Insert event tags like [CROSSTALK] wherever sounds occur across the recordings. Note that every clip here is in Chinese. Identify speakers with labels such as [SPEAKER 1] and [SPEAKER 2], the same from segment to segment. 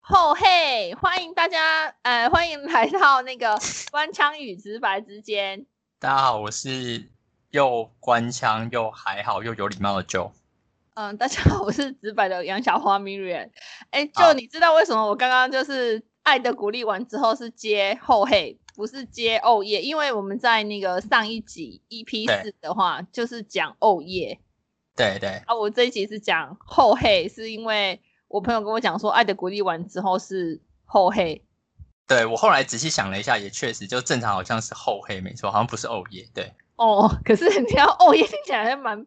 [SPEAKER 1] 后哦嘿，欢迎大家，呃，欢迎来到那个官腔与直白之间。
[SPEAKER 2] 大家好，我是又官腔又还好又有礼貌的 Joe。
[SPEAKER 1] 嗯，大家好，我是直白的杨小花 Miriam。哎，就
[SPEAKER 2] 好
[SPEAKER 1] 你知道为什么我刚刚就是爱的鼓励完之后是接后嘿，不是接哦耶？因为我们在那个上一集 EP
[SPEAKER 2] 对
[SPEAKER 1] 四的话，就是讲哦耶
[SPEAKER 2] 对对，
[SPEAKER 1] 啊，我这一集是讲后嘿，是因为我朋友跟我讲说，爱的鼓励完之后是后嘿。
[SPEAKER 2] 对我后来仔细想了一下，也确实就正常好像是厚黑没错，好像不是欧耶。对
[SPEAKER 1] 哦，可是你要哦也听起来还蛮，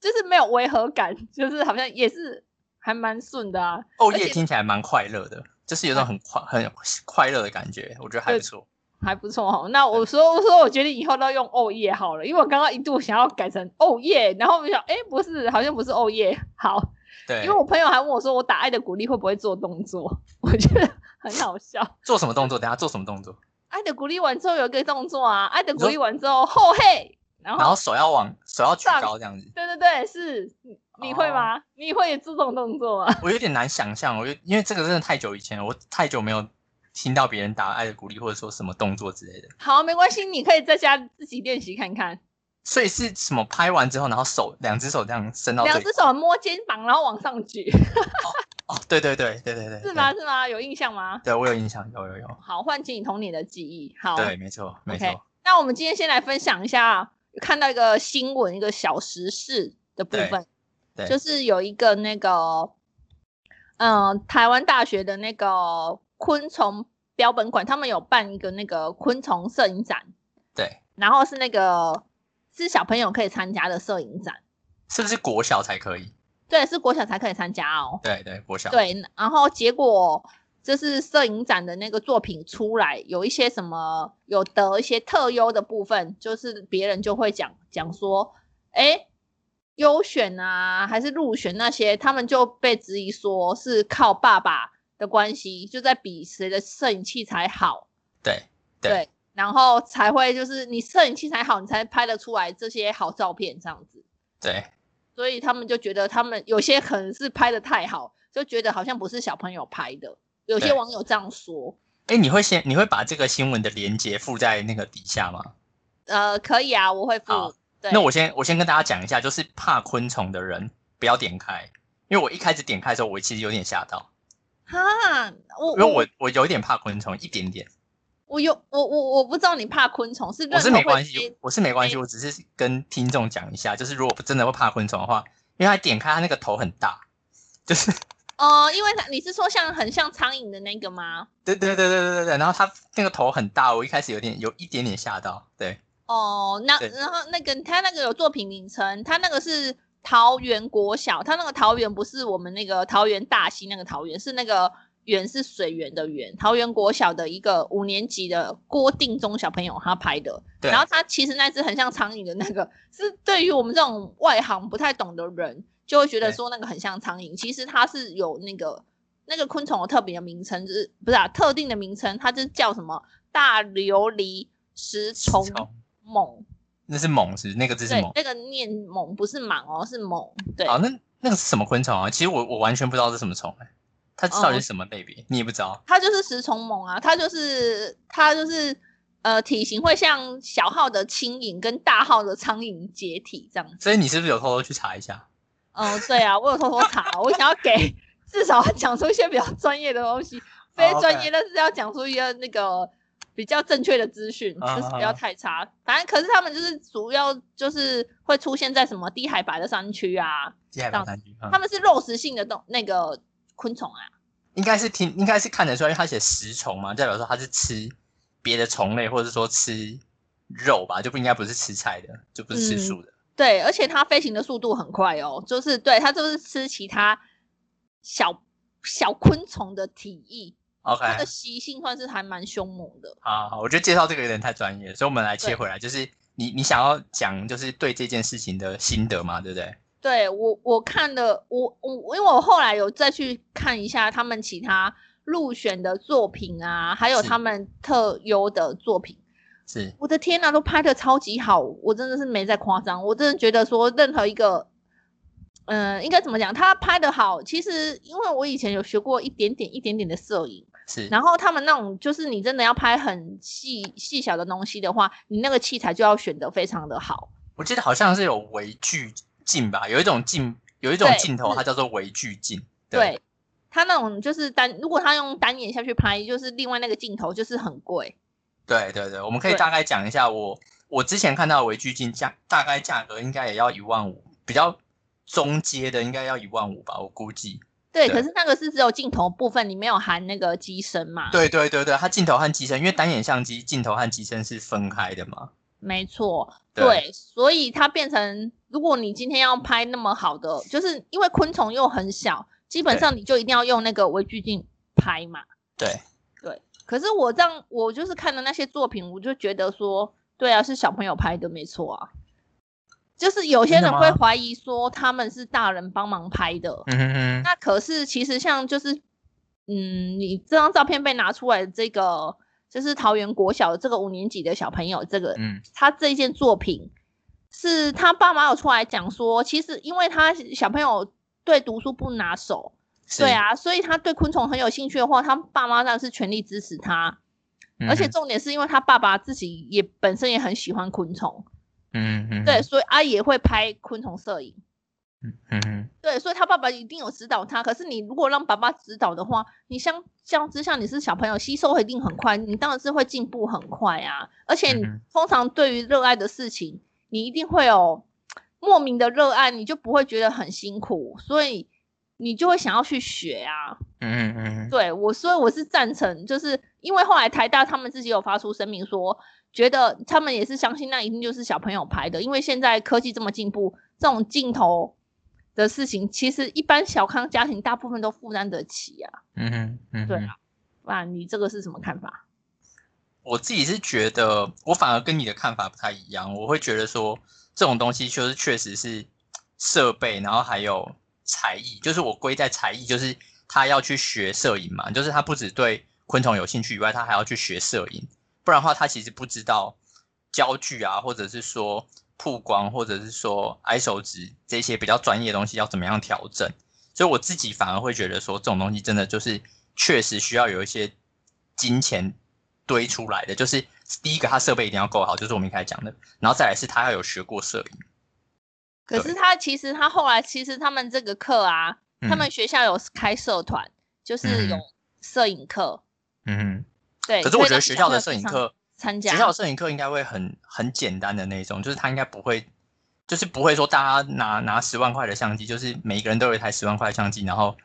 [SPEAKER 1] 就是没有违和感，就是好像也是还蛮顺的啊。
[SPEAKER 2] 欧
[SPEAKER 1] 而
[SPEAKER 2] 耶
[SPEAKER 1] 且
[SPEAKER 2] 听起来蛮快乐的，就是有种很快很快乐的感觉，我觉得还不错。
[SPEAKER 1] 还不错哦。那我说我说我决定以后都用哦耶好了，因为我刚刚一度想要改成哦耶，然后我就想哎不是，好像不是哦耶好，
[SPEAKER 2] 对
[SPEAKER 1] 因为，我朋友还问我说我打爱的鼓励会不会做动作， [LAUGHS] 我觉得很好笑。
[SPEAKER 2] 做什么动作？等一下做什么动作？
[SPEAKER 1] 爱的鼓励完之后有一个动作啊，爱的鼓
[SPEAKER 2] 你
[SPEAKER 1] 励完之后后嘿，然
[SPEAKER 2] 然
[SPEAKER 1] 后
[SPEAKER 2] 后手要往手要举
[SPEAKER 1] 哦上
[SPEAKER 2] 高这样子，
[SPEAKER 1] 对对对是。你你
[SPEAKER 2] 哦
[SPEAKER 1] 会吗你会做这种动作吗？ [LAUGHS]
[SPEAKER 2] 我有点难想象，我就因为这个真的太久以前了，我太久没有听到别人打爱的鼓励或者说什么动作之类的，
[SPEAKER 1] 好，没关系，你可以在家自己练习看看。
[SPEAKER 2] 所以是什么拍完之后，然后手两只手这样伸到
[SPEAKER 1] 两
[SPEAKER 2] 最
[SPEAKER 1] 只手摸肩膀，然后往上举，
[SPEAKER 2] 哦，对对对对对对，
[SPEAKER 1] 是
[SPEAKER 2] 对
[SPEAKER 1] 吗？？是吗？有印象吗？
[SPEAKER 2] 对我有印象，有有有，
[SPEAKER 1] 好，唤起你童年的记忆。好，
[SPEAKER 2] 对，没错没
[SPEAKER 1] OK
[SPEAKER 2] 错，
[SPEAKER 1] 那我们今天先来分享一下，看到一个新闻，一个小时事的部分，
[SPEAKER 2] 对对
[SPEAKER 1] 就是有一个那个，嗯、台湾大学的那个昆虫标本馆，他们有办一个那个昆虫摄影展，
[SPEAKER 2] 对，
[SPEAKER 1] 然后是那个是小朋友可以参加的摄影展，
[SPEAKER 2] 是不是国小才可以？
[SPEAKER 1] 对，是国小才可以参加哦。
[SPEAKER 2] 对对，国小，
[SPEAKER 1] 对，然后结果就是摄影展的那个作品出来，有一些什么有得一些特优的部分，就是别人就会讲讲说，哎，优选啊，还是入选那些，他们就被质疑说是靠爸爸的关系，就在比谁的摄影器材好，
[SPEAKER 2] 对
[SPEAKER 1] 对。然后才会就是你摄影器材好，你才拍得出来这些好照片这样子。
[SPEAKER 2] 对
[SPEAKER 1] 所以他们就觉得他们有些可能是拍的太好，就觉得好像不是小朋友拍的。有些
[SPEAKER 2] 对
[SPEAKER 1] 网友这样说，
[SPEAKER 2] 哎，你会先你会把这个新闻的连接附在那个底下吗？
[SPEAKER 1] 呃，可以啊，我会付
[SPEAKER 2] 好。
[SPEAKER 1] 对，
[SPEAKER 2] 那我先我先跟大家讲一下，就是怕昆虫的人不要点开，因为我一开始点开的时候，我其实有点吓到，
[SPEAKER 1] 哈，我
[SPEAKER 2] 因为我我有点怕昆虫，一点点，
[SPEAKER 1] 我有我我我不知道你怕昆虫是
[SPEAKER 2] 我
[SPEAKER 1] 认
[SPEAKER 2] 是
[SPEAKER 1] 同
[SPEAKER 2] 没
[SPEAKER 1] 会
[SPEAKER 2] 关系
[SPEAKER 1] 接，
[SPEAKER 2] 我是没关系，
[SPEAKER 1] 被
[SPEAKER 2] 我只是跟听众讲一下，就是如果真的会怕昆虫的话，因为他点开他那个头很大，就是。
[SPEAKER 1] 哦，因为它你是说像很像苍蝇的那个吗？
[SPEAKER 2] 对对对对对对对，然后他那个头很大，我一开始有点有一点点吓到。对
[SPEAKER 1] 哦，那
[SPEAKER 2] 对
[SPEAKER 1] 然后那个他那个有作品名称，他那个是桃园国小，他那个桃园不是我们那个桃园大溪那个桃园，是那个园是水源的源，桃园国小的一个五年级的郭定忠小朋友他拍的，
[SPEAKER 2] 对
[SPEAKER 1] 然后他其实那只很像苍蝇的那个，是对于我们这种外行不太懂的人，就会觉得
[SPEAKER 2] 对
[SPEAKER 1] 说那个很像苍蝇，其实它是有那个那个昆虫有特别的名称，就是不是啊特定的名称，它就是叫什么大琉璃石虫
[SPEAKER 2] 虫
[SPEAKER 1] 猛，
[SPEAKER 2] 那是猛是不是那个字是
[SPEAKER 1] 对
[SPEAKER 2] 猛，。
[SPEAKER 1] 那个念猛不是蟒哦，是猛，对，
[SPEAKER 2] 好，那那个是什么昆虫啊？其实我我完全不知道是什么虫、欸，它到底
[SPEAKER 1] 哦
[SPEAKER 2] 是什么类别，你也不知道。
[SPEAKER 1] 它就是食虫猛啊，它就是它就是呃体型会像小号的蚯蚓跟大号的苍蝇解体这样子。
[SPEAKER 2] 所以你是不是有偷偷去查一下？
[SPEAKER 1] 嗯，对啊，我有偷偷查，我想要给至少要讲出一些比较专业的东西，非专业，但是要讲出一个那个比较正确的资讯，
[SPEAKER 2] 啊
[SPEAKER 1] 就是不要太差。反正可是他们就是主要就是会出现在什么低海拔的山区啊，
[SPEAKER 2] 接下来三句，
[SPEAKER 1] 他
[SPEAKER 2] 嗯、
[SPEAKER 1] 们是肉食性的动那个昆虫啊。
[SPEAKER 2] 应该是听应该是看得出来，因为它写食虫嘛，代表说它是吃别的虫类，或者是说吃肉吧，就不应该不是吃菜的，就不是吃
[SPEAKER 1] 嗯
[SPEAKER 2] 素的。
[SPEAKER 1] 对，而且它飞行的速度很快哦，就是对它就是吃其他小小昆虫的体液，
[SPEAKER 2] OK，
[SPEAKER 1] 它的习性算是还蛮凶猛的。
[SPEAKER 2] 好好，我觉得介绍这个有点太专业了，所以我们来切
[SPEAKER 1] 对
[SPEAKER 2] 回来，就是你你想要讲就是对这件事情的心得嘛，对不对？
[SPEAKER 1] 对我我看的我我因为我后来有再去看一下他们其他入选的作品啊，还有
[SPEAKER 2] 是
[SPEAKER 1] 他们特优的作品。
[SPEAKER 2] 是
[SPEAKER 1] 我的天呐、都拍的超级好，我真的是没在夸张，我真的觉得说任何一个嗯，应该怎么讲？他拍的好，其实因为我以前有学过一点点、一点点的摄影，
[SPEAKER 2] 是，
[SPEAKER 1] 然后他们那种就是你真的要拍很细细小的东西的话，你那个器材就要选得非常的好。
[SPEAKER 2] 我记得好像是有微距镜吧，有一种镜，有一种
[SPEAKER 1] 对嗯
[SPEAKER 2] 镜头，
[SPEAKER 1] 是
[SPEAKER 2] 它叫做微距镜。
[SPEAKER 1] 对，他那种就是单，如果他用单眼下去拍，就是另外那个镜头就是很贵。
[SPEAKER 2] 对对对，我们可以
[SPEAKER 1] 对
[SPEAKER 2] 大概讲一下我我之前看到的微距镜价，大概价格应该也要一万五，比较中阶的应该要一万五吧，我估计。
[SPEAKER 1] 对，
[SPEAKER 2] 对
[SPEAKER 1] 可是那个是只有镜头部分，你没有含那个机身嘛？，
[SPEAKER 2] 对对对对，它镜头和机身，因为单眼相机镜头和机身是分开的嘛。
[SPEAKER 1] 没错，
[SPEAKER 2] 对
[SPEAKER 1] 对，所以它变成，如果你今天要拍那么好的，就是因为昆虫又很小，基本
[SPEAKER 2] 对
[SPEAKER 1] 上你就一定要用那个微距镜拍嘛。
[SPEAKER 2] 对，
[SPEAKER 1] 可是我这样，我就是看的那些作品，我就觉得说，对啊，是小朋友拍的，没错啊。就是有些
[SPEAKER 2] 真的
[SPEAKER 1] 人会
[SPEAKER 2] 吗
[SPEAKER 1] 怀疑说他们是大人帮忙拍的，
[SPEAKER 2] 嗯哼哼，
[SPEAKER 1] 那可是其实像就是，嗯，你这张照片被拿出来的这个，就是桃园国小的这个五年级的小朋友，这个
[SPEAKER 2] 嗯，
[SPEAKER 1] 他这件作品，是他爸妈有出来讲说，其实因为他小朋友对读书不拿手，
[SPEAKER 2] 是
[SPEAKER 1] 对，啊，所以他对昆虫很有兴趣的话，他爸妈当然是全力支持他。而且
[SPEAKER 2] 嗯哼
[SPEAKER 1] 重点是因为他爸爸自己也本身也很喜欢昆虫，
[SPEAKER 2] 嗯哼，
[SPEAKER 1] 对，所以他也会拍昆虫摄影，
[SPEAKER 2] 嗯哼，
[SPEAKER 1] 对，所以他爸爸一定有指导他。可是你如果让爸爸指导的话，你相相之下你是小朋友，吸收一定很快，你当然是会进步很快啊。而且你
[SPEAKER 2] 嗯哼
[SPEAKER 1] 通常对于热爱的事情，你一定会有莫名的热爱，你就不会觉得很辛苦，所以你就会想要去学啊。
[SPEAKER 2] 嗯哼嗯哼，
[SPEAKER 1] 对我，所以我是赞成，就是因为后来台大他们自己有发出声明说，觉得他们也是相信那一定就是小朋友拍的，因为现在科技这么进步，这种镜头的事情，其实一般小康家庭大部分都负担得起啊。
[SPEAKER 2] 嗯哼，嗯哼，
[SPEAKER 1] 对啊，啊，你这个是什么看法？
[SPEAKER 2] 我自己是觉得，我反而跟你的看法不太一样。我会觉得说，这种东西就是确实是设备，然后还有才艺，就是我归在才艺，就是他要去学摄影嘛，就是他不只对昆虫有兴趣以外，他还要去学摄影，不然的话他其实不知道焦距啊，或者是说曝光，或者是说 ISO 值这些比较专业的东西要怎么样调整。所以我自己反而会觉得说，这种东西真的就是确实需要有一些金钱堆出来的。就是第一个，它设备一定要够好，就是我们一开始讲的，然后再来是他要有学过摄影。
[SPEAKER 1] 可是他其实他后来其实他们这个课啊，
[SPEAKER 2] 嗯
[SPEAKER 1] 他们学校有开社团，就是有
[SPEAKER 2] 嗯
[SPEAKER 1] 摄影课，
[SPEAKER 2] 嗯
[SPEAKER 1] 对。
[SPEAKER 2] 哼，可是
[SPEAKER 1] 所以
[SPEAKER 2] 我觉得
[SPEAKER 1] 让
[SPEAKER 2] 学
[SPEAKER 1] 小
[SPEAKER 2] 校
[SPEAKER 1] 朋
[SPEAKER 2] 的
[SPEAKER 1] 友
[SPEAKER 2] 摄
[SPEAKER 1] 去
[SPEAKER 2] 影
[SPEAKER 1] 上
[SPEAKER 2] 课，
[SPEAKER 1] 参加
[SPEAKER 2] 学校的摄影课应该会很很简单的那一种，就是他应该不会，就是不会说大家拿拿十万块的相机，就是每一个人都有一台十万块的相机，然后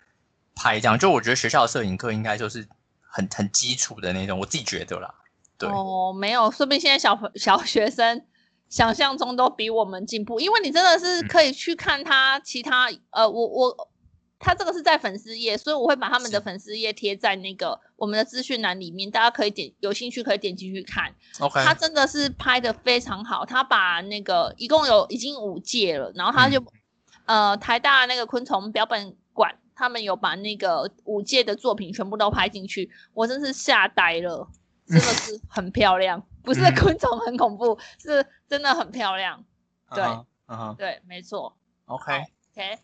[SPEAKER 2] 拍这样。就我觉得学校的摄影课应该就是很很基础的那种，我自己觉得啦。对
[SPEAKER 1] 哦，没有，说不定现在小朋 [LAUGHS] 小学生想象中都比我们进步，因为你真的是
[SPEAKER 2] 嗯
[SPEAKER 1] 可以去看他其他、呃，我我他这个是在粉丝页，所以我会把他们的
[SPEAKER 2] 是
[SPEAKER 1] 粉丝页贴在那个我们的资讯栏里面，大家可以点有兴趣可以点进去看。
[SPEAKER 2] OK，
[SPEAKER 1] 他真的是拍的非常好，他把那个一共有已经五届了，然后他就、呃台大那个昆虫标本馆，他们有把那个五届的作品全部都拍进去，我真是吓呆了，真的是很漂亮，不是
[SPEAKER 2] 嗯
[SPEAKER 1] 昆虫很恐怖，是真的很漂亮，对
[SPEAKER 2] 嗯哼嗯哼
[SPEAKER 1] 对，没错
[SPEAKER 2] ，OK。
[SPEAKER 1] ，OK。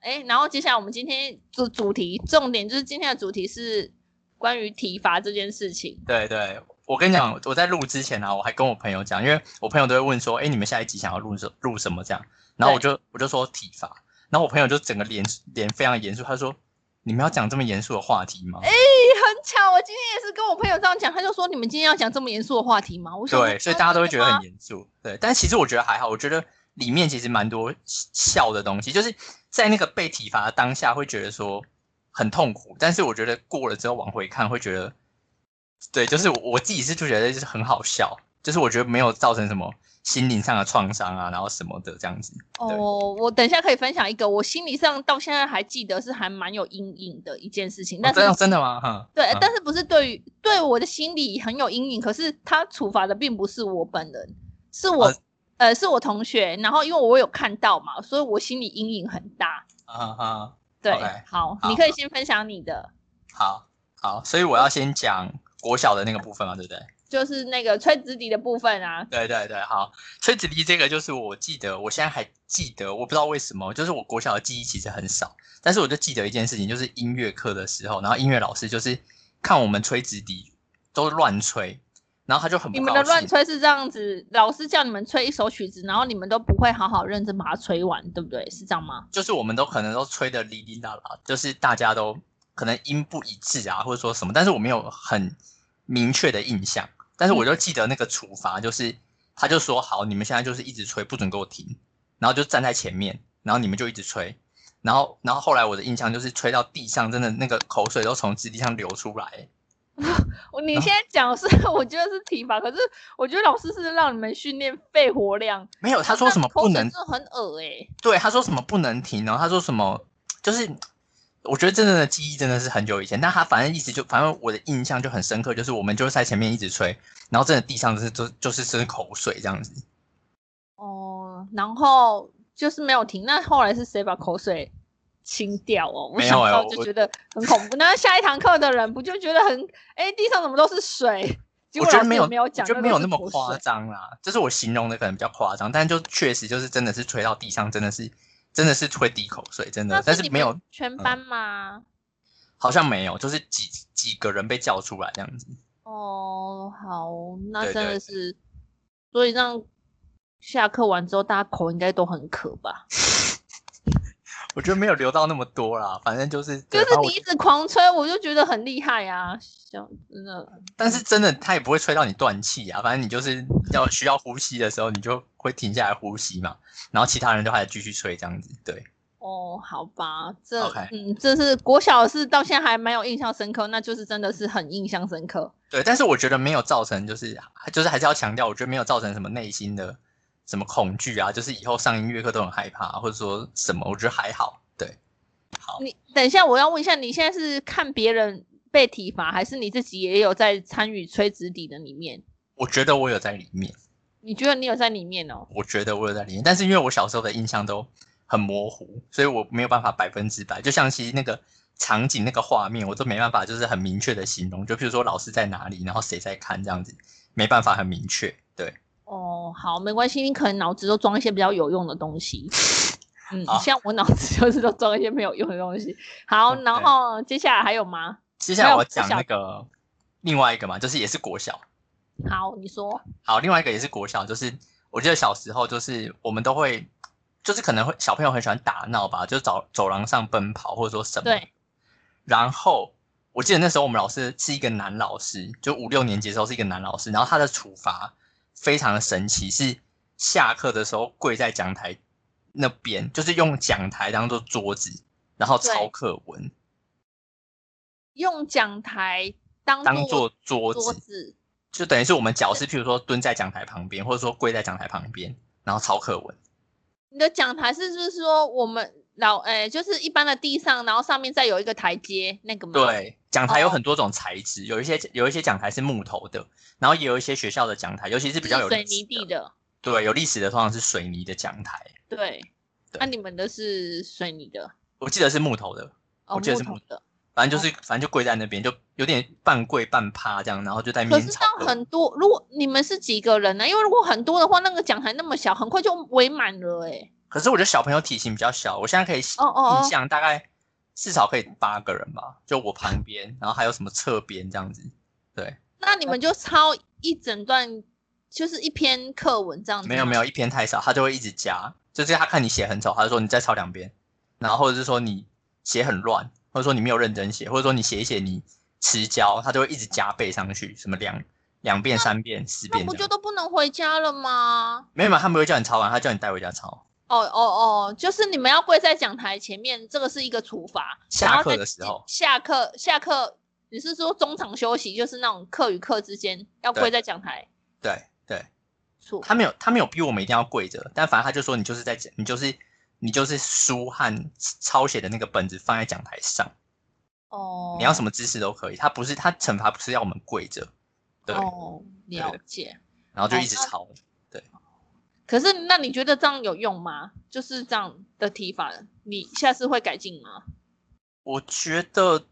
[SPEAKER 1] 哎，然后接下来我们今天主主题重点就是今天的主题是关于体罚这件事情。
[SPEAKER 2] 对对，我跟你讲，我在录之前啊，我还跟我朋友讲，因为我朋友都会问说，哎，你们下一集想要录什录什么这样，然后我就我就说体罚，然后我朋友就整个脸脸非常严肃，他说你们要讲这么严肃的话题吗？ [LAUGHS]
[SPEAKER 1] 很巧，我今天也是跟我朋友这样讲，他就说你们今天要讲这么严肃的话题吗？我想哎说
[SPEAKER 2] [LAUGHS] 对，所以大家都会觉得
[SPEAKER 1] 真的
[SPEAKER 2] 很
[SPEAKER 1] [LAUGHS] 吗
[SPEAKER 2] 严肃，对，但其实我觉得还好，我觉得里面其实蛮多笑的东西，就是在那个被体罚的当下会觉得说很痛苦，但是我觉得过了之后往回看会觉得，对，就是我我自己是就觉得就是很好笑，就是我觉得没有造成什么心灵上的创伤啊，然后什么的这样子，对
[SPEAKER 1] 哦。我等一下可以分享一个，我心理上到现在还记得是还蛮有阴影的一件事情，但
[SPEAKER 2] 哦
[SPEAKER 1] 是、
[SPEAKER 2] 真的真的吗？哈，
[SPEAKER 1] 对，
[SPEAKER 2] 嗯
[SPEAKER 1] 但是不是对于对我的心理很有阴影，可是他处罚的并不是我本人，是我、
[SPEAKER 2] 哦
[SPEAKER 1] 呃是我同学，然后因为我有看到嘛，所以我心理阴影很大。
[SPEAKER 2] 啊哈，
[SPEAKER 1] 对
[SPEAKER 2] OK，
[SPEAKER 1] 好，
[SPEAKER 2] 好
[SPEAKER 1] 你可以先分享你的。
[SPEAKER 2] 好好，所以我要先讲国小的那个部分嘛，对不对？
[SPEAKER 1] 就是那个吹直笛的部分啊，
[SPEAKER 2] 对对对，好，吹纸笛这个就是我记得，我现在还记得，我不知道为什么，就是我国小的记忆其实很少，但是我就记得一件事情，就是音乐课的时候，然后音乐老师就是看我们吹纸笛都乱吹，然后他就很
[SPEAKER 1] 你
[SPEAKER 2] 不
[SPEAKER 1] 们的
[SPEAKER 2] 高
[SPEAKER 1] 乱
[SPEAKER 2] 兴。
[SPEAKER 1] 吹是这样子，老师叫你们吹一首曲子，然后你们都不会好好认真把它吹完，对不对？是这样吗？
[SPEAKER 2] 就是我们都可能都吹的哩哩啦啦，就是大家都可能音不一致啊，或者说什么，但是我没有很明确的印象，但是我就记得那个处罚就是，他就说好，你们现在就是一直吹，不准给我停，然后就站在前面，然后你们就一直吹，然后然后后来我的印象就是吹到地上，真的那个口水都从纸地上流出来、欸
[SPEAKER 1] 我哦你
[SPEAKER 2] 啊
[SPEAKER 1] 现在讲是， [LAUGHS] 我觉得是体罚，可是我觉得老师是让你们训练肺活量。
[SPEAKER 2] 没有，他说什么不能
[SPEAKER 1] 这很恶哎、
[SPEAKER 2] 对，他说什么不能停，然后他说什么就是，我觉得真正的记忆真的是很久以前，但他反正意思就，反正我的印象就很深刻，就是我们就是在前面一直吹，然后真的地上就是就就是是口水这样子，
[SPEAKER 1] 哦，然后就是没有停。那后来是谁把口水清掉哦？我
[SPEAKER 2] 没
[SPEAKER 1] 想
[SPEAKER 2] 有欸
[SPEAKER 1] 到
[SPEAKER 2] 我
[SPEAKER 1] 就觉得很恐怖。那下一堂课的人不就觉得很哎，地上怎么都是水？结
[SPEAKER 2] 我
[SPEAKER 1] 果
[SPEAKER 2] 觉
[SPEAKER 1] 老
[SPEAKER 2] 得
[SPEAKER 1] 师
[SPEAKER 2] 没
[SPEAKER 1] 也
[SPEAKER 2] 有，
[SPEAKER 1] 没有讲，
[SPEAKER 2] 我觉得没有那么
[SPEAKER 1] 夸
[SPEAKER 2] 夸
[SPEAKER 1] 张。
[SPEAKER 2] 张啦，这是我形容的可能比较夸张，但就确实就是真的是吹到地上，真的是真的是吹滴口水，真的，
[SPEAKER 1] 那
[SPEAKER 2] 但
[SPEAKER 1] 是
[SPEAKER 2] 是
[SPEAKER 1] 你
[SPEAKER 2] 没
[SPEAKER 1] 们
[SPEAKER 2] 有，嗯
[SPEAKER 1] 全班吗？
[SPEAKER 2] 好像没有，就是几几个人被叫出来这样子，
[SPEAKER 1] 哦，好，那
[SPEAKER 2] 对
[SPEAKER 1] 真
[SPEAKER 2] 对
[SPEAKER 1] 的是，所以让下课完之后，大家口应该都很渴吧？
[SPEAKER 2] 我觉得没有流到那么多啦，反正就是
[SPEAKER 1] 就
[SPEAKER 2] 对
[SPEAKER 1] 是
[SPEAKER 2] 反正
[SPEAKER 1] 你
[SPEAKER 2] 我
[SPEAKER 1] 一直狂吹，我就觉得很厉害啊！像真的，
[SPEAKER 2] 但是真的，它也不会吹到你断气啊。反正你就是要需要呼吸的时候，你就会停下来呼吸嘛。然后其他人就还继续吹这样子。对，
[SPEAKER 1] 哦，好吧，这
[SPEAKER 2] OK
[SPEAKER 1] 嗯，这是国小的事，到现在还蛮有印象深刻，那就是真的是很印象深刻。
[SPEAKER 2] 对。但是我觉得没有造成，就是就是还是要强调，我觉得没有造成什么内心的什么恐惧啊，就是以后上音乐课都很害怕、啊或者说什么，我觉得还好。对，
[SPEAKER 1] 你等一下，我要问一下，你现在是看别人被体罚，还是你自己也有在参与吹纸笛的里面？
[SPEAKER 2] 我觉得我有在里面，
[SPEAKER 1] 你觉得你有在里面哦？
[SPEAKER 2] 我觉得我有在里面。但是因为我小时候的印象都很模糊，所以我没有办法百分之百，就像其实那个。场景那个画面，我都没办法，就是很明确的形容。就譬如说老师在哪里，然后谁在看这样子，没办法很明确。对，
[SPEAKER 1] 哦，好，没关系，你可能脑子都装一些比较有用的东西。嗯
[SPEAKER 2] 好，
[SPEAKER 1] 像我脑子就是都装一些没有用的东西。好，然
[SPEAKER 2] 对
[SPEAKER 1] 后接下来还有吗？
[SPEAKER 2] 接下来我要
[SPEAKER 1] 没
[SPEAKER 2] 讲
[SPEAKER 1] 有
[SPEAKER 2] 那个另外一个嘛，就是也是国小。
[SPEAKER 1] 好，你说。
[SPEAKER 2] 好，另外一个也是国小，就是我记得小时候就是我们都会，就是可能会小朋友很喜欢打闹吧，就走走廊上奔跑或者说什么。
[SPEAKER 1] 对。
[SPEAKER 2] 然后我记得那时候我们老师是一个男老师，就五六年级的时候是一个男老师，然后他的处罚非常的神奇，是下课的时候跪在讲台那边，就是用讲台当做桌子，然后抄
[SPEAKER 1] 对
[SPEAKER 2] 课文
[SPEAKER 1] 用讲台当
[SPEAKER 2] 当做桌
[SPEAKER 1] 桌
[SPEAKER 2] 子，
[SPEAKER 1] 子，
[SPEAKER 2] 就等于是我们脚是譬如说蹲在讲台旁边，或者说跪在讲台旁边，然后抄课文。
[SPEAKER 1] 你的讲台是就是说我们老诶、就是一般的地上，然后上面再有一个台阶那个吗？，
[SPEAKER 2] 对，讲台有
[SPEAKER 1] 哦
[SPEAKER 2] 很多种材质，有一些有一些讲台是木头的，然后也有一些学校的讲台，尤其是比较有
[SPEAKER 1] 水
[SPEAKER 2] 历史
[SPEAKER 1] 泥地，的。
[SPEAKER 2] 对，有历史的通常是水泥的讲台，
[SPEAKER 1] 对，那、
[SPEAKER 2] 对
[SPEAKER 1] 你们的是水泥的，
[SPEAKER 2] 我记得是木头的，
[SPEAKER 1] 哦，
[SPEAKER 2] 我记得
[SPEAKER 1] 木
[SPEAKER 2] 是
[SPEAKER 1] 头
[SPEAKER 2] 木
[SPEAKER 1] 的。
[SPEAKER 2] 反正就是、
[SPEAKER 1] 哦
[SPEAKER 2] 反正就跪在那边，就有点半跪半趴这样，然后就在那
[SPEAKER 1] 可
[SPEAKER 2] 边
[SPEAKER 1] 是这
[SPEAKER 2] 吵
[SPEAKER 1] 样。很多，如果你们是几个人啊呢、因为如果很多的话，那个讲台那么小，很快就围满了哎、
[SPEAKER 2] 可是我觉得小朋友体型比较小，我现在可以
[SPEAKER 1] 哦哦
[SPEAKER 2] 印象大概至少可以八个人吧，就我旁边，然后还有什么侧边这样子，对。
[SPEAKER 1] 那你们就抄一整段，就是一篇课文这样子。
[SPEAKER 2] 没有没
[SPEAKER 1] 有，
[SPEAKER 2] 有，一篇太少，他就会一直加。就是他看你写很丑，他就说你再抄两遍，然后或者是说你写很乱，或者说你没有认真写，或者说你写一写你迟交，他就会一直加倍上去，什么两两遍、三遍、四
[SPEAKER 1] 那
[SPEAKER 2] 遍
[SPEAKER 1] 不
[SPEAKER 2] 这
[SPEAKER 1] 就
[SPEAKER 2] 样。
[SPEAKER 1] 都不能回家了吗？
[SPEAKER 2] 没有嘛，他不会叫你抄完，他叫你带回家抄。
[SPEAKER 1] 哦哦哦，就是你们要跪在讲台前面，这个是一个处罚。
[SPEAKER 2] 下
[SPEAKER 1] 然后
[SPEAKER 2] 课
[SPEAKER 1] 再
[SPEAKER 2] 的时候
[SPEAKER 1] 下课下课，你是说中场休息，就是那种课与课之间要跪
[SPEAKER 2] 对
[SPEAKER 1] 在讲台
[SPEAKER 2] 对对，
[SPEAKER 1] 处？
[SPEAKER 2] 他没有他没有逼我们一定要跪着，但反正他就说你就是在讲你就是你就是书和抄写的那个本子放在讲台上，
[SPEAKER 1] 哦，
[SPEAKER 2] 你要什么姿势都可以。他不是他惩罚不是要我们跪着，对，
[SPEAKER 1] 哦，
[SPEAKER 2] 对
[SPEAKER 1] 了解。
[SPEAKER 2] 然后就
[SPEAKER 1] 哦
[SPEAKER 2] 一直
[SPEAKER 1] 那
[SPEAKER 2] 抄。
[SPEAKER 1] 可是那你觉得这样有用吗？就是这样的提法，你下次会改进吗？
[SPEAKER 2] 我觉得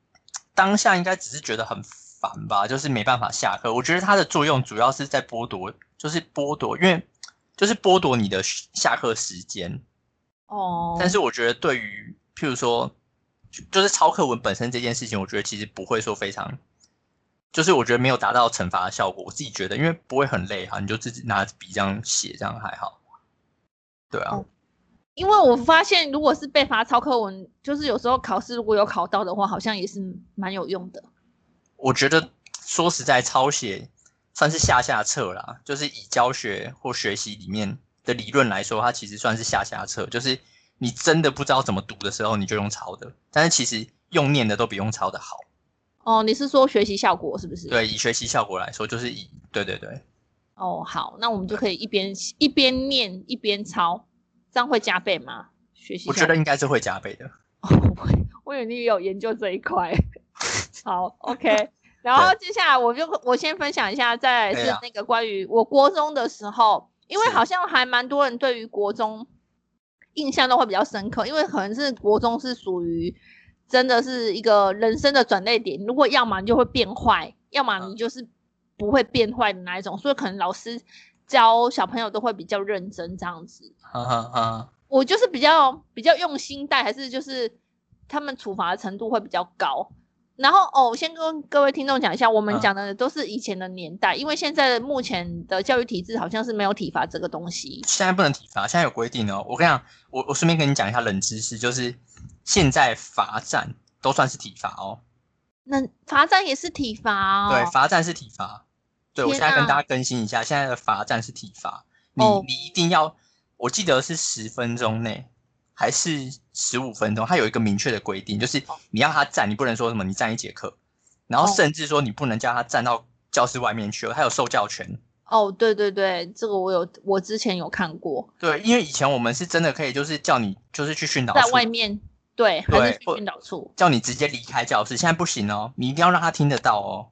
[SPEAKER 2] 当下应该只是觉得很烦烦吧，就是没办法下课。我觉得它的作用主要是在剥夺，就是剥夺，因为就是剥夺你的下课时间。
[SPEAKER 1] 哦，
[SPEAKER 2] 但是我觉得对于譬如说，就就是抄课文本身这件事情，我觉得其实不会说非常，就是我觉得没有达到惩罚的效果。我自己觉得，因为不会很累哈，你就自己拿笔这样写，这样还好。对啊，
[SPEAKER 1] 哦因为我发现如果是被罚抄课文，就是有时候考试如果有考到的话，好像也是蛮有用的。
[SPEAKER 2] 我觉得说实在，抄写算是下下策啦，就是以教学或学习里面的理论来说，它其实算是下下策，就是你真的不知道怎么读的时候，你就用抄的，但是其实用念的都比用抄的好。
[SPEAKER 1] 哦，你是说学习效果是不是？。
[SPEAKER 2] 对，以学习效果来说，就是以对对对，
[SPEAKER 1] 哦，好，那我们就可以一边一边念一边抄，这样会加倍吗？学习
[SPEAKER 2] 我
[SPEAKER 1] 效
[SPEAKER 2] 觉得应该是会加倍的。
[SPEAKER 1] 我我以为你有研究这一块。 [LAUGHS] 好，OK。然
[SPEAKER 2] [LAUGHS]
[SPEAKER 1] 后接下来我就我先分享一下，再来
[SPEAKER 2] 可以
[SPEAKER 1] 是
[SPEAKER 2] 啊
[SPEAKER 1] 那个关于我国中的时候，因为
[SPEAKER 2] 是
[SPEAKER 1] 好像还蛮多人对于国中印象都会比较深刻，因为可能是国中是属于真的是一个人生的转捩点，如果要么你就会变坏，要么
[SPEAKER 2] 嗯
[SPEAKER 1] 你就是不会变坏的那一种，所以可能老师教小朋友都会比较认真这样子。
[SPEAKER 2] 哈哈哈，
[SPEAKER 1] 我就是比较比较用心带，还是就是他们处罚的程度会比较高。然后哦，我先跟各位听众讲一下，我们
[SPEAKER 2] 嗯
[SPEAKER 1] 讲的都是以前的年代，因为现在的目前的教育体制好像是没有体罚这个东西。
[SPEAKER 2] 现在不能体罚，现在有规定哦。我跟你讲，我我顺便跟你讲一下冷知识，就是现在罚站都算是体罚哦。
[SPEAKER 1] 那罚站也是体罚、哦，
[SPEAKER 2] 对，罚站是体罚。对，我
[SPEAKER 1] 天
[SPEAKER 2] 现在跟
[SPEAKER 1] 啊
[SPEAKER 2] 大家更新一下，现在的罚站是体罚。你、
[SPEAKER 1] 哦
[SPEAKER 2] 你一定要，我记得是十分钟内还是十五分钟，它有一个明确的规定，就是你要他站，你不能说什么你站一节课，然后
[SPEAKER 1] 哦
[SPEAKER 2] 甚至说你不能叫他站到教室外面去哦，他有受教权。
[SPEAKER 1] 哦，对对对，这个我有，我之前有看过，
[SPEAKER 2] 对，因为以前我们是真的可以，就是叫你就是去训导
[SPEAKER 1] 在
[SPEAKER 2] 处
[SPEAKER 1] 外面对，还是
[SPEAKER 2] 对
[SPEAKER 1] 去
[SPEAKER 2] 或
[SPEAKER 1] 训导处。
[SPEAKER 2] 叫你直接离开教室，现在不行哦，你一定要让他听得到哦。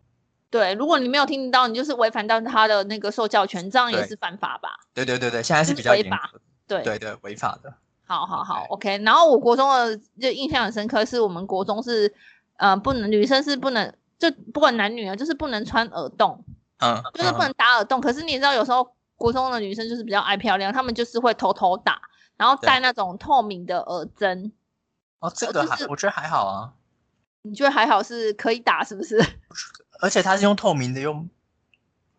[SPEAKER 1] 对，如果你没有听到，你就是违反到他的那个受教权，这样也
[SPEAKER 2] 对
[SPEAKER 1] 是犯法吧？
[SPEAKER 2] 对对对对，现在是
[SPEAKER 1] 就是
[SPEAKER 2] 比较
[SPEAKER 1] 违
[SPEAKER 2] 严
[SPEAKER 1] 法
[SPEAKER 2] 格的，对对违法的。
[SPEAKER 1] 好好好
[SPEAKER 2] 对
[SPEAKER 1] ，OK。然后我国中的就印象很深刻，是我们国中是，呃，不能女生是不能，就不管男女啊，就是不能穿耳洞，
[SPEAKER 2] 嗯，
[SPEAKER 1] 哦就是不
[SPEAKER 2] 嗯
[SPEAKER 1] 能打耳洞。可是你知道，有时候国中的女生就是比较爱漂亮，她们就是会偷偷打，然后
[SPEAKER 2] 对
[SPEAKER 1] 戴那种透明的耳针。
[SPEAKER 2] 哦，这
[SPEAKER 1] 呃
[SPEAKER 2] 个
[SPEAKER 1] 就
[SPEAKER 2] 还
[SPEAKER 1] 是
[SPEAKER 2] 我觉得还好啊。
[SPEAKER 1] 你觉得还好是可以打，是不 [LAUGHS] 是？
[SPEAKER 2] 而且它是用透明的，又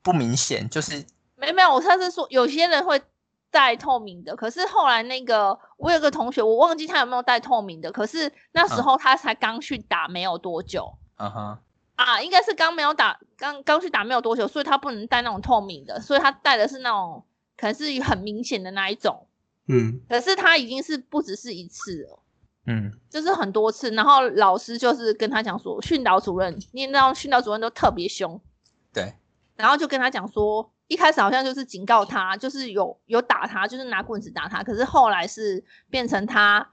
[SPEAKER 2] 不明显，就是
[SPEAKER 1] 没有没有，我上次说有些人会戴透明的，可是后来那个我有个同学，我忘记他有没有戴透明的，可是那时
[SPEAKER 2] 嗯
[SPEAKER 1] 候他才刚去打没有多久。
[SPEAKER 2] 嗯哼，
[SPEAKER 1] 啊，应该是刚没有打，刚刚去打没有多久，所以他不能戴那种透明的，所以他戴的是那种可能是很明显的那一种，
[SPEAKER 2] 嗯
[SPEAKER 1] 可是他已经是不只是一次了，
[SPEAKER 2] 嗯，
[SPEAKER 1] 就是很多次。然后老师就是跟他讲说，训导主任，你也知道训导主任都特别凶，
[SPEAKER 2] 对，
[SPEAKER 1] 然后就跟他讲说，一开始好像就是警告他，就是有有打他，就是拿棍子打他，可是后来是变成他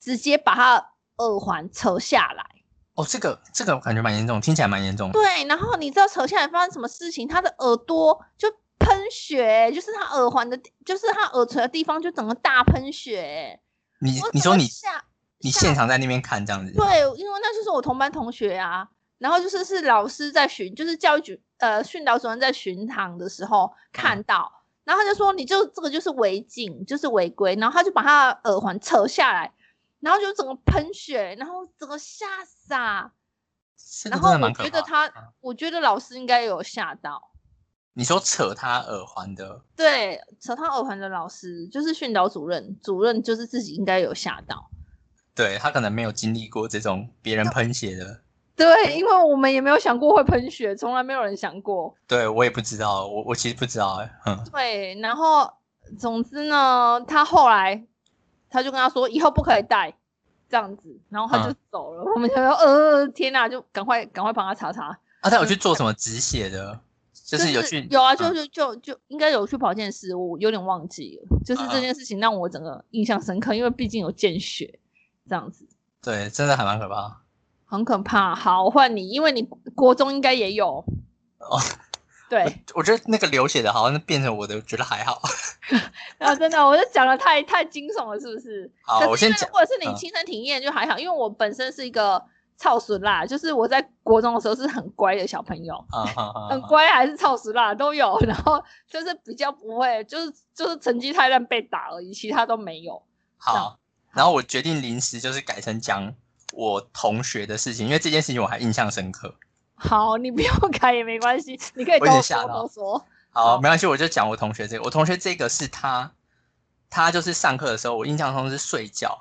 [SPEAKER 1] 直接把他耳环扯下来。
[SPEAKER 2] 哦，这个这个我感觉蛮严重，听起来蛮严重的，
[SPEAKER 1] 对，然后你知道扯下来发生什么事情？他的耳朵就喷血，就是他耳环的地，就是他耳垂的地方就整个大喷血。
[SPEAKER 2] 你
[SPEAKER 1] 我
[SPEAKER 2] 你
[SPEAKER 1] 整
[SPEAKER 2] 说
[SPEAKER 1] 个
[SPEAKER 2] 你
[SPEAKER 1] 吓，
[SPEAKER 2] 你
[SPEAKER 1] 吓
[SPEAKER 2] 现场在那边看这样子，
[SPEAKER 1] 对，因为那就是我同班同学啊。然后就是是老师在巡，就是教育局呃训导主任在巡堂的时
[SPEAKER 2] 嗯
[SPEAKER 1] 候看到，然后他就说你就这个就是违禁，就是违规，然后他就把他的耳环扯下来，然后就整个喷血，然后整个吓傻。
[SPEAKER 2] 这个
[SPEAKER 1] 然
[SPEAKER 2] 真
[SPEAKER 1] 后
[SPEAKER 2] 的
[SPEAKER 1] 我
[SPEAKER 2] 蛮可
[SPEAKER 1] 觉
[SPEAKER 2] 怕
[SPEAKER 1] 得
[SPEAKER 2] 的。嗯
[SPEAKER 1] 他，我觉得老师应该有吓到。
[SPEAKER 2] 你说扯他耳环的，
[SPEAKER 1] 对，扯他耳环的老师就是训导主任，主任就是自己应该有吓到。
[SPEAKER 2] 对他可能没有经历过这种别人喷血的，
[SPEAKER 1] 对，因为我们也没有想过会喷血，从来没有人想过。
[SPEAKER 2] 对我也不知道，我我其实不知道，哎嗯，
[SPEAKER 1] 对，然后总之呢，他后来他就跟他说以后不可以带这样子，然后他就
[SPEAKER 2] 嗯
[SPEAKER 1] 走了。我们想说，呃，天哪，就赶快赶快帮他查查，
[SPEAKER 2] 啊，他有去做什么止血的，就是有去
[SPEAKER 1] 有嗯啊，就
[SPEAKER 2] 嗯
[SPEAKER 1] 就就就应该有去保健室，我有点忘记了。就是
[SPEAKER 2] 嗯
[SPEAKER 1] 这
[SPEAKER 2] 嗯
[SPEAKER 1] 件事情让我整个印象深刻，因为毕竟有见血这样子。
[SPEAKER 2] 对，真的还蛮可怕。
[SPEAKER 1] 很可怕。好，换你，因为你国中应该也有
[SPEAKER 2] 哦。
[SPEAKER 1] 对，
[SPEAKER 2] 我觉得那个流血的好像变成我的，觉得还
[SPEAKER 1] [LAUGHS]
[SPEAKER 2] 好。
[SPEAKER 1] 啊，真的，我就讲的太太惊悚了，是不是？
[SPEAKER 2] 好
[SPEAKER 1] 可是
[SPEAKER 2] 我先
[SPEAKER 1] 因为
[SPEAKER 2] 讲
[SPEAKER 1] 如果是你
[SPEAKER 2] 嗯
[SPEAKER 1] 亲身体验就还好，因为我本身是一个操损啦，就是我在国中的时候是很乖的小朋友，
[SPEAKER 2] 啊啊啊
[SPEAKER 1] 很乖还是操死啦都有， [LAUGHS] 然后就是比较不会，就是就是成绩太烂被打而已，其他都没有。
[SPEAKER 2] 好，然后我决定临时就是改成讲我同学的事情，因为这件事情我还印象深刻。
[SPEAKER 1] 好，你不用改也没关系，你可以多
[SPEAKER 2] 我有点吓
[SPEAKER 1] 说
[SPEAKER 2] 到
[SPEAKER 1] 多说。
[SPEAKER 2] 好，
[SPEAKER 1] 好
[SPEAKER 2] 没关系，我就讲我同学这个。我同学这个是他，他就是上课的时候，我印象中是睡觉，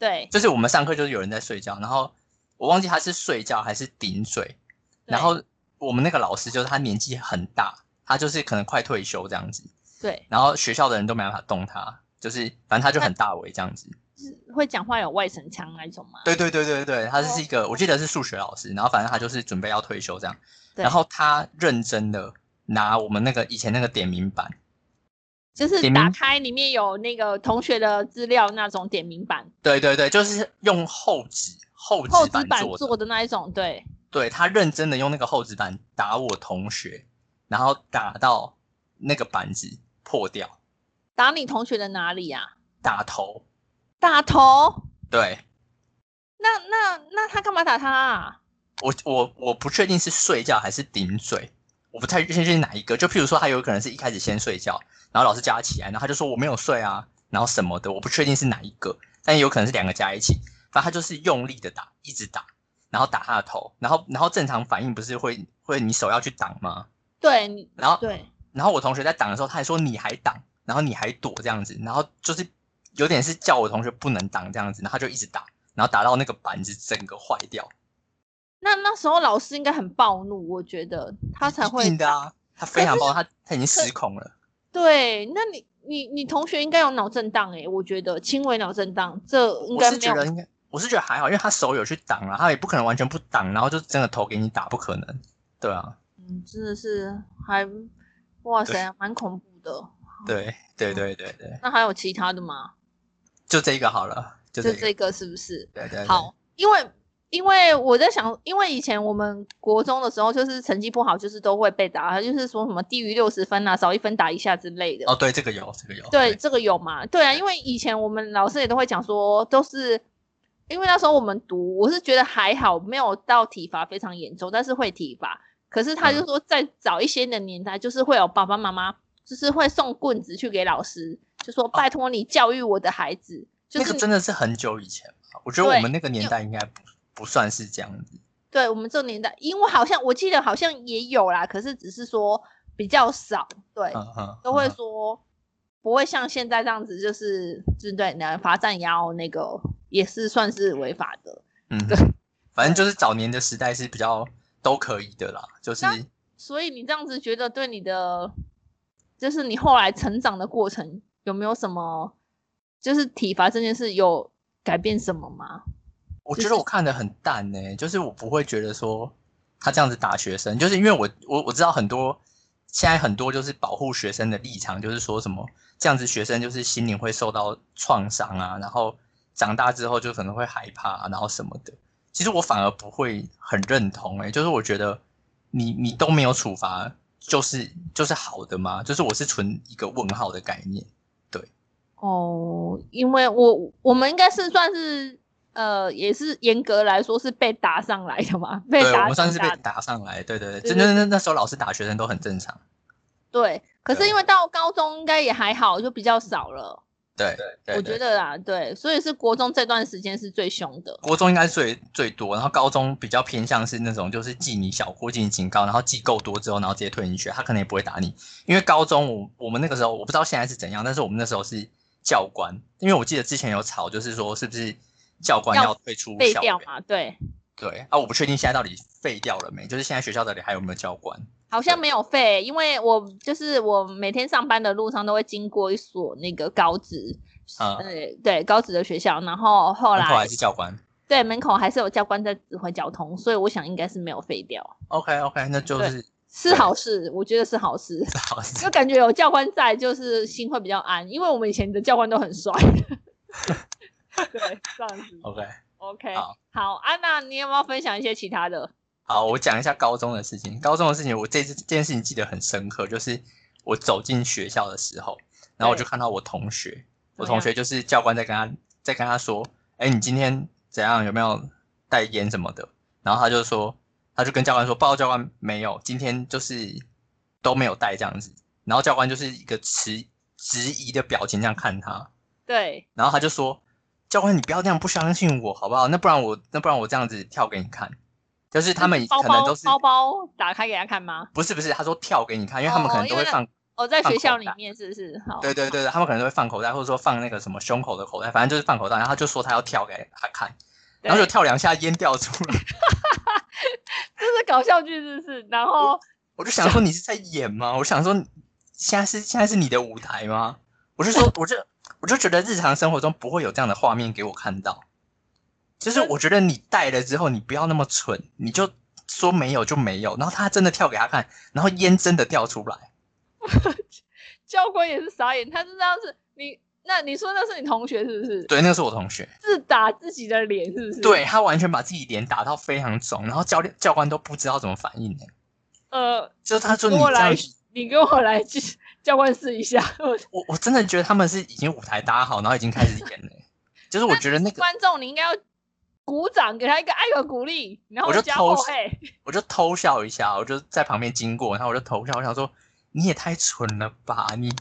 [SPEAKER 1] 对，
[SPEAKER 2] 就是我们上课就是有人在睡觉，然后我忘记他是睡觉还是顶嘴，然
[SPEAKER 1] 对
[SPEAKER 2] 后我们那个老师就是他年纪很大，他就是可能快退休这样子，
[SPEAKER 1] 对，
[SPEAKER 2] 然后学校的人都没办法动他，就是反正他就很大尾这样子。
[SPEAKER 1] 是会讲话有外省腔那一种吗？
[SPEAKER 2] 对对对对对，他
[SPEAKER 1] 哦
[SPEAKER 2] 是一个，我记得是数学老师，然后反正他就是准备要退休这样，
[SPEAKER 1] 对
[SPEAKER 2] 然后他认真的拿我们那个以前那个点名板，
[SPEAKER 1] 就是
[SPEAKER 2] 点
[SPEAKER 1] 打
[SPEAKER 2] 名
[SPEAKER 1] 开里面有那个同学的资料那种点名版、
[SPEAKER 2] 对对对，就是用厚纸厚
[SPEAKER 1] 厚纸
[SPEAKER 2] 纸板
[SPEAKER 1] 板
[SPEAKER 2] 做的，
[SPEAKER 1] 做的那一种，对，
[SPEAKER 2] 对他认真的用那个厚纸板打我同学，然后打到那个板子破掉，
[SPEAKER 1] 打你同学的哪里啊？
[SPEAKER 2] 打头，
[SPEAKER 1] 打头？
[SPEAKER 2] 对
[SPEAKER 1] 那那那他干嘛打他啊？
[SPEAKER 2] 我我我不确定是睡觉还是顶嘴，我不太确定哪一个。就譬如说，他有可能是一开始先睡觉，然后老师叫他起来，然后他就说我没有睡啊，然后什么的，我不确定是哪一个，但有可能是两个加一起。反正他就是用力的打，一直打，然后打他的头，然后然后正常反应不是会会你手要去挡吗？
[SPEAKER 1] 对，你
[SPEAKER 2] 然后
[SPEAKER 1] 对，
[SPEAKER 2] 然后我同学在挡的时候，他还说你还挡，然后你还躲这样子，然后就是有点是叫我同学不能挡这样子，然后他就一直打，然后打到那个板子整个坏掉。
[SPEAKER 1] 那那时候老师应该很暴怒，我觉得他才
[SPEAKER 2] 一
[SPEAKER 1] 会
[SPEAKER 2] 定的啊，他非常暴，他他已经失控了。
[SPEAKER 1] 对，那你你你同学应该有脑震荡诶、我觉得轻微脑震荡，这应
[SPEAKER 2] 我
[SPEAKER 1] 该
[SPEAKER 2] 是
[SPEAKER 1] 没
[SPEAKER 2] 觉
[SPEAKER 1] 有
[SPEAKER 2] 得应该，我是觉得还好，因为他手有去挡啊，他也不可能完全不挡，然后就真的头给你打，不可能。对啊，
[SPEAKER 1] 嗯，真的是还哇
[SPEAKER 2] 对
[SPEAKER 1] 塞，蛮恐怖的。哦
[SPEAKER 2] 对对对对对，
[SPEAKER 1] 那还有其他的吗？
[SPEAKER 2] 就这一个好了，就
[SPEAKER 1] 就
[SPEAKER 2] 这一
[SPEAKER 1] 这
[SPEAKER 2] 个。
[SPEAKER 1] 个是不是？
[SPEAKER 2] 对对，对，
[SPEAKER 1] 好，因为因为我在想，因为以前我们国中的时候，就是成绩不好，就是都会被打，就是说什么低于六十分啊，少一分打一下之类的。
[SPEAKER 2] 哦，对，这个有，这个有。
[SPEAKER 1] 对，，这个有嘛？对啊，因为以前我们老师也都会讲说，都是因为那时候我们读，我是觉得还好，没有到体罚非常严重，但是会体罚。可是他就
[SPEAKER 2] 嗯
[SPEAKER 1] 说，在早一些的年代，就是会有爸爸妈妈就是会送棍子去给老师，就说拜托你教育我的孩子，就
[SPEAKER 2] 哦那
[SPEAKER 1] 是
[SPEAKER 2] 个真的是很久以前吧，我觉得
[SPEAKER 1] 对
[SPEAKER 2] 我们那个年代应该不不算是这样子。
[SPEAKER 1] 对我们这个年代，因为好像我记得好像也有啦，可是只是说比较少，对，
[SPEAKER 2] 嗯嗯，
[SPEAKER 1] 都会
[SPEAKER 2] 嗯
[SPEAKER 1] 说不会像现在这样子，就是就是对，那罚站也要那个也是算是违法的。
[SPEAKER 2] 嗯，
[SPEAKER 1] 对
[SPEAKER 2] 反正就是早年的时代是比较都可以的啦，就是
[SPEAKER 1] 那所以你这样子觉得对你的，就是你后来成长的过程有没有什么，就是体罚这件事有改变什么吗？
[SPEAKER 2] 我
[SPEAKER 1] 就
[SPEAKER 2] 觉
[SPEAKER 1] 是
[SPEAKER 2] 得我看的很淡呢、就是我不会觉得说他这样子打学生，就是因为我我我知道很多现在很多就是保护学生的立场，就是说什么这样子学生就是心灵会受到创伤啊，然后长大之后就可能会害怕、啊，然后什么的。其实我反而不会很认同哎、就是我觉得你你都没有处罚，就是就是好的吗？就是我是存一个问号的概念。
[SPEAKER 1] 哦，因为我我们应该是算是呃，也是严格来说是被打上来的嘛，被
[SPEAKER 2] 对，我
[SPEAKER 1] 打
[SPEAKER 2] 们算是被
[SPEAKER 1] 长大的
[SPEAKER 2] 打上来，对对对，
[SPEAKER 1] 对
[SPEAKER 2] 真
[SPEAKER 1] 对
[SPEAKER 2] 的那那时候老师打学生都很正常。
[SPEAKER 1] 对。可是
[SPEAKER 2] 对
[SPEAKER 1] 因为到高中应该也还好，就比较少了。
[SPEAKER 2] 对，对
[SPEAKER 1] 我
[SPEAKER 2] 对
[SPEAKER 1] 觉得啦，对，所以是国中这段时间是最凶的。
[SPEAKER 2] 国中应该是最最多，然后高中比较偏向是那种就是记你小过，记你警告，然后记够多之后，然后直接退你学，他可能也不会打你，因为高中我我们那个时候我不知道现在是怎样，但是我们那时候是教官，因为我记得之前有吵，就是说是不是教官
[SPEAKER 1] 要
[SPEAKER 2] 要退出
[SPEAKER 1] 废
[SPEAKER 2] 校
[SPEAKER 1] 掉
[SPEAKER 2] 园？
[SPEAKER 1] 嘛，对，
[SPEAKER 2] 对啊，我不确定现在到底废掉了没，就是现在学校到底还有没有教官？
[SPEAKER 1] 好像没有废，因为我就是我每天上班的路上都会经过一所那个高职，
[SPEAKER 2] 嗯
[SPEAKER 1] 对对，高职的学校，然后后
[SPEAKER 2] 门口
[SPEAKER 1] 来
[SPEAKER 2] 还是教官
[SPEAKER 1] 对门口还是有教官在指挥交通，所以我想应该是没有废掉，
[SPEAKER 2] ？OK OK，那就是
[SPEAKER 1] 是
[SPEAKER 2] 对
[SPEAKER 1] 好事，我觉得是好事，
[SPEAKER 2] [LAUGHS]
[SPEAKER 1] [LAUGHS]
[SPEAKER 2] 好，
[SPEAKER 1] 就感觉有教官在，就是心会比较安，因为我们以前的教官都很帅， [LAUGHS] 对，这样子
[SPEAKER 2] OK。
[SPEAKER 1] ，OK，
[SPEAKER 2] [LAUGHS] 好
[SPEAKER 1] 好，安娜，你有没有分享一些其他的？
[SPEAKER 2] 好，我讲一下高中的事情。高中的事情，我这次这件事情记得很深刻，就是我走进学校的时候，然后我就看到我同学，我
[SPEAKER 1] 怎么样
[SPEAKER 2] 同学就是教官在跟他在跟他说，哎，你今天怎样？有没有带烟什么的，然后他就说，他就跟教官说，报告教官没有，今天就是都没有带这样子，然后教官就是一个迟质疑的表情这样看他，
[SPEAKER 1] 对，
[SPEAKER 2] 然后他就说：“教官，你不要这样不相信我，好不好？那不然我那不然我这样子跳给你看，就是他们
[SPEAKER 1] 嗯包
[SPEAKER 2] 可能
[SPEAKER 1] 包
[SPEAKER 2] 都是
[SPEAKER 1] 包包打开给他看吗？
[SPEAKER 2] 不是不是，他说跳给你看，因为他们可
[SPEAKER 1] 哦
[SPEAKER 2] 能都
[SPEAKER 1] 因
[SPEAKER 2] 会
[SPEAKER 1] 为那
[SPEAKER 2] 放，
[SPEAKER 1] 哦，在
[SPEAKER 2] 放
[SPEAKER 1] 学校
[SPEAKER 2] 口
[SPEAKER 1] 里
[SPEAKER 2] 袋
[SPEAKER 1] 面是不是？好，
[SPEAKER 2] 啊对对对，他们可能都会放口袋，或者说放那个什么胸口的口袋，反正就是放口袋。然后他就说他要跳给他看，然后就
[SPEAKER 1] 对
[SPEAKER 2] 跳两下，烟掉出来。
[SPEAKER 1] 这是搞笑剧，是不是？然后
[SPEAKER 2] 我就想说你是在演吗？我想说你现在是现在是你的舞台吗？我就说，我就我就觉得日常生活中不会有这样的画面给我看到。就是我觉得你带了之后，你不要那么蠢，你就说没有就没有。然后他真的跳给他看，然后烟真的掉出来。
[SPEAKER 1] 教官也是傻眼，他就这样子，你那你说那是你同学是不是？
[SPEAKER 2] 对，那个是我同学，
[SPEAKER 1] 自打自己的脸是不是？
[SPEAKER 2] 对，他完全把自己脸打到非常肿，然后教练教官都不知道怎么反应呢、
[SPEAKER 1] 呃，
[SPEAKER 2] 就是他说
[SPEAKER 1] 跟
[SPEAKER 2] 你
[SPEAKER 1] 我
[SPEAKER 2] 这样
[SPEAKER 1] 来
[SPEAKER 2] 子，，
[SPEAKER 1] 你跟我来去教官试一下。 [LAUGHS]
[SPEAKER 2] 我我真的觉得他们是已经舞台搭好，然后已经开始演了、就是我觉得那个
[SPEAKER 1] 观众，你应该要鼓掌，给他一个爱和鼓励，然后
[SPEAKER 2] 我就
[SPEAKER 1] 加
[SPEAKER 2] 偷
[SPEAKER 1] 后嘿，
[SPEAKER 2] 我就偷笑一下，我就在旁边经过，然后我就偷笑，我想说你也太蠢了吧，你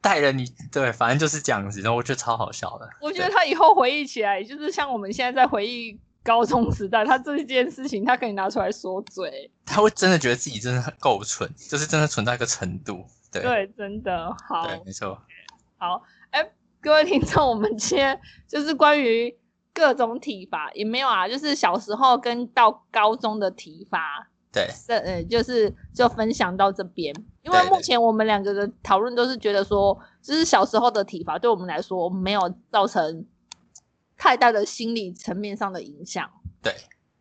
[SPEAKER 2] 带了你对，反正就是这样子，然后我觉得超好笑的。
[SPEAKER 1] 我觉
[SPEAKER 2] 对
[SPEAKER 1] 得他以后回忆起来，就是像我们现在在回忆高中时代，他这件事情，他可以拿出来说嘴。
[SPEAKER 2] 他会真的觉得自己真的很够蠢，就是真的蠢到一个程度。对
[SPEAKER 1] 对，哦真的好
[SPEAKER 2] 对没错，
[SPEAKER 1] 好。哎，各位听众，我们今天就是关于各种体罚，也没有啊，就是小时候跟到高中的体罚，
[SPEAKER 2] 对
[SPEAKER 1] 这呃，就是就分享到这边，因为
[SPEAKER 2] 对对
[SPEAKER 1] 目前我们两个的讨论都是觉得说，就是小时候的体罚对我们来说没有造成太大的心理层面上的影响。
[SPEAKER 2] 对。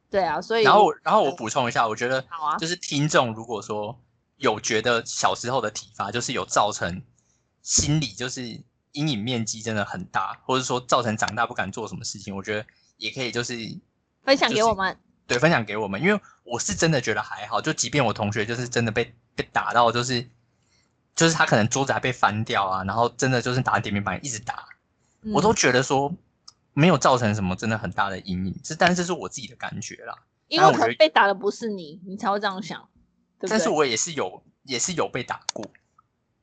[SPEAKER 1] 对啊，所以
[SPEAKER 2] 然后我然后我补充一下，我觉得
[SPEAKER 1] 好啊，
[SPEAKER 2] 就是听众如果说有觉得小时候的体罚就是有造成心理就是阴影面积真的很大，或者说造成长大不敢做什么事情，我觉得也可以就是
[SPEAKER 1] 分享
[SPEAKER 2] 就
[SPEAKER 1] 给
[SPEAKER 2] 是
[SPEAKER 1] 我们，
[SPEAKER 2] 对，分享给我们，因为我是真的觉得还好，就即便我同学就是真的被被打到，就是就是他可能桌子还被翻掉啊，然后真的就是打点名板一直打，我都
[SPEAKER 1] 嗯
[SPEAKER 2] 觉得说没有造成什么真的很大的阴影，这但是这是我自己的感觉啦，
[SPEAKER 1] 因
[SPEAKER 2] 当
[SPEAKER 1] 为
[SPEAKER 2] 然我
[SPEAKER 1] 可能
[SPEAKER 2] 觉得
[SPEAKER 1] 被打的不是你，你才会这样想，对不对？
[SPEAKER 2] 但是我也是有也是有被打过，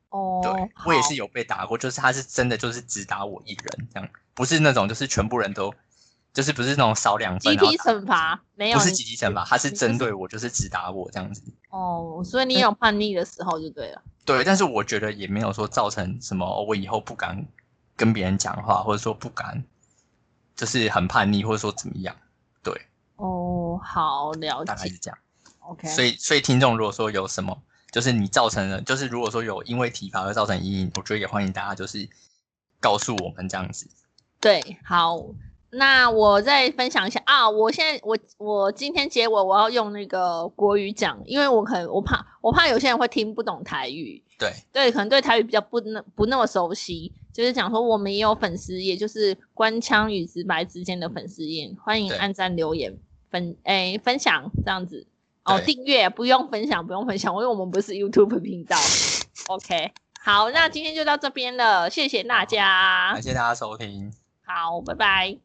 [SPEAKER 1] 哦
[SPEAKER 2] 对、，我也
[SPEAKER 1] 好
[SPEAKER 2] 是有被打过，就是他是真的就是只打我一人这样，不是那种就是全部人都就是不是那种少两分
[SPEAKER 1] 集
[SPEAKER 2] 然后
[SPEAKER 1] 体
[SPEAKER 2] 打
[SPEAKER 1] 惩罚，没有
[SPEAKER 2] 不是
[SPEAKER 1] 你
[SPEAKER 2] 集体惩罚，他是
[SPEAKER 1] 你
[SPEAKER 2] 针
[SPEAKER 1] 就是
[SPEAKER 2] 对我就是只打我这样子。
[SPEAKER 1] 哦，所以你
[SPEAKER 2] 嗯
[SPEAKER 1] 有叛逆的时候就对了。
[SPEAKER 2] 对，但是我觉得也没有说造成什么，哦我以后不敢跟别人讲话，或者说不敢，就是很叛逆，或者说怎么样，
[SPEAKER 1] 哦，好了
[SPEAKER 2] 大概
[SPEAKER 1] 解
[SPEAKER 2] 是这样。
[SPEAKER 1] ，OK，
[SPEAKER 2] 所以，所以听众如果说有什么，就是你造成了，就是如果说有因为体罚而造成阴影，我觉得也欢迎大家就是告诉我们这样子。
[SPEAKER 1] 对，好，那我再分享一下啊，我现在我我今天结尾我要用那个国语讲，因为我可能我怕我怕有些人会听不懂台语，
[SPEAKER 2] 对，
[SPEAKER 1] 对，可能对台语比较不那不那么熟悉，就是讲说我们也有粉丝页，就是官腔与直白之间的粉丝页，欢迎
[SPEAKER 2] 对
[SPEAKER 1] 按赞、留言、分诶、分享这样子哦，
[SPEAKER 2] 对
[SPEAKER 1] 订阅不用分享，不用分享，因为我们不是 YouTube 频道。OK，好，那今天就到这边了，谢谢大家
[SPEAKER 2] 感，谢大家收听。
[SPEAKER 1] 好，拜拜。